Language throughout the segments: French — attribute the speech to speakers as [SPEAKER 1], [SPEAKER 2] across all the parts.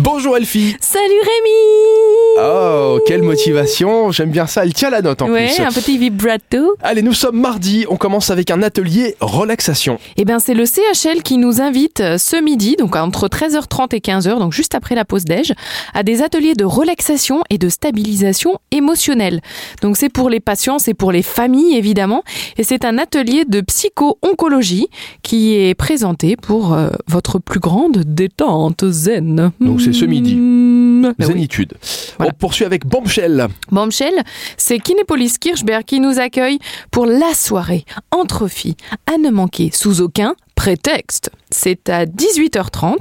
[SPEAKER 1] Bonjour Elfie
[SPEAKER 2] Salut Rémi
[SPEAKER 1] Oh, quelle motivation J'aime bien ça, elle tient la note en
[SPEAKER 2] Ouais,
[SPEAKER 1] plus.
[SPEAKER 2] un petit vibrato.
[SPEAKER 1] Allez, nous sommes mardi, on commence avec un atelier relaxation.
[SPEAKER 2] Eh bien, c'est le CHL qui nous invite euh, ce midi, donc entre 13h30 et 15h, donc juste après la pause déj, à des ateliers de relaxation et de stabilisation émotionnelle. Donc c'est pour les patients, c'est pour les familles évidemment, et c'est un atelier de psycho-oncologie qui est présenté pour euh, votre plus grande détente zen.
[SPEAKER 1] Donc, c'est ce midi.
[SPEAKER 2] Mmh. Ben oui.
[SPEAKER 1] Zénitude.
[SPEAKER 2] Voilà.
[SPEAKER 1] On poursuit avec Bombshell.
[SPEAKER 2] Bon, Michel, c'est Kinépolis Kirchberg qui nous accueille pour la soirée entre filles à ne manquer sous aucun prétexte. C'est à 18h30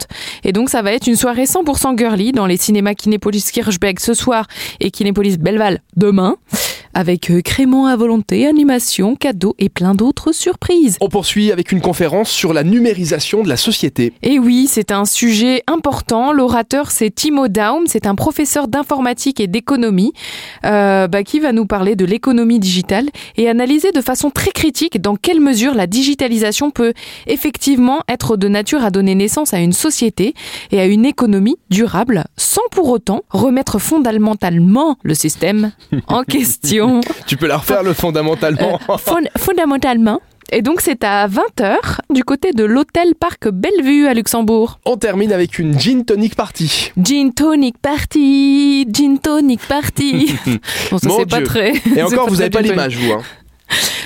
[SPEAKER 2] et donc ça va être une soirée 100% girly dans les cinémas Kinépolis Kirchberg ce soir et Kinépolis Belval demain avec euh, crémant à volonté, animation, cadeaux et plein d'autres surprises.
[SPEAKER 1] On poursuit avec une conférence sur la numérisation de la société.
[SPEAKER 2] Et Eh oui, c'est un sujet important. L'orateur, c'est Timo Daum, c'est un professeur d'informatique et d'économie euh, bah, qui va nous parler de l'économie digitale et analyser de façon très critique dans quelle mesure la digitalisation peut effectivement être de nature à donner naissance à une société et à une économie durable sans pour autant remettre fondamentalement le système en question.
[SPEAKER 1] Tu peux la refaire le fondamentalement.
[SPEAKER 2] Fon- fondamentalement. Et donc c'est à 20h du côté de l'hôtel Parc Bellevue à Luxembourg.
[SPEAKER 1] On termine avec une gin tonic party.
[SPEAKER 2] Gin tonic party, gin tonic party. bon ça
[SPEAKER 1] Mon
[SPEAKER 2] c'est pas
[SPEAKER 1] Dieu.
[SPEAKER 2] très.
[SPEAKER 1] Et
[SPEAKER 2] c'est
[SPEAKER 1] encore, vous n'avez
[SPEAKER 2] très
[SPEAKER 1] pas
[SPEAKER 2] gin
[SPEAKER 1] l'image,
[SPEAKER 2] tonic.
[SPEAKER 1] vous. hein.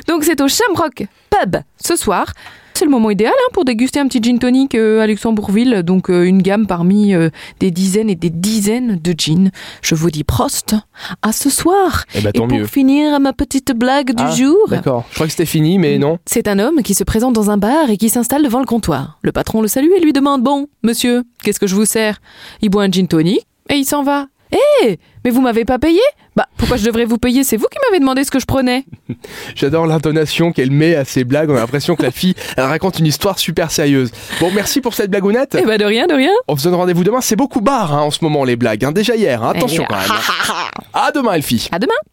[SPEAKER 2] Donc c'est au Shamrock Pub ce soir. C'est le moment idéal hein, pour déguster un petit gin tonic euh, à Luxembourgville, donc euh, une gamme parmi euh, des dizaines et des dizaines de gins. Je vous dis prost, à ce soir.
[SPEAKER 1] Eh ben,
[SPEAKER 2] et
[SPEAKER 1] tant
[SPEAKER 2] pour
[SPEAKER 1] mieux.
[SPEAKER 2] finir ma petite blague du
[SPEAKER 1] Ah,
[SPEAKER 2] jour,
[SPEAKER 1] D'accord. Je crois que c'était fini, mais non.
[SPEAKER 2] c'est un homme qui se présente dans un bar et qui s'installe devant le comptoir. Le patron le salue et lui demande Bon, monsieur, qu'est-ce que je vous sers Il boit un gin tonic et il s'en va. Hé Mais vous m'avez pas payé Bah, pourquoi je devrais vous payer C'est vous qui m'avez demandé ce que je prenais.
[SPEAKER 1] J'adore l'intonation qu'elle met à ses blagues. On a l'impression que la fille, elle raconte une histoire super sérieuse. Bon, merci pour cette blagounette.
[SPEAKER 2] Eh bah, de rien, de rien.
[SPEAKER 1] On se donne rendez-vous demain. C'est beaucoup barre hein, en ce moment, les blagues. hein. Déjà hier. hein. Attention
[SPEAKER 2] Eh,
[SPEAKER 1] quand même. hein. À demain, Elfie.
[SPEAKER 2] À demain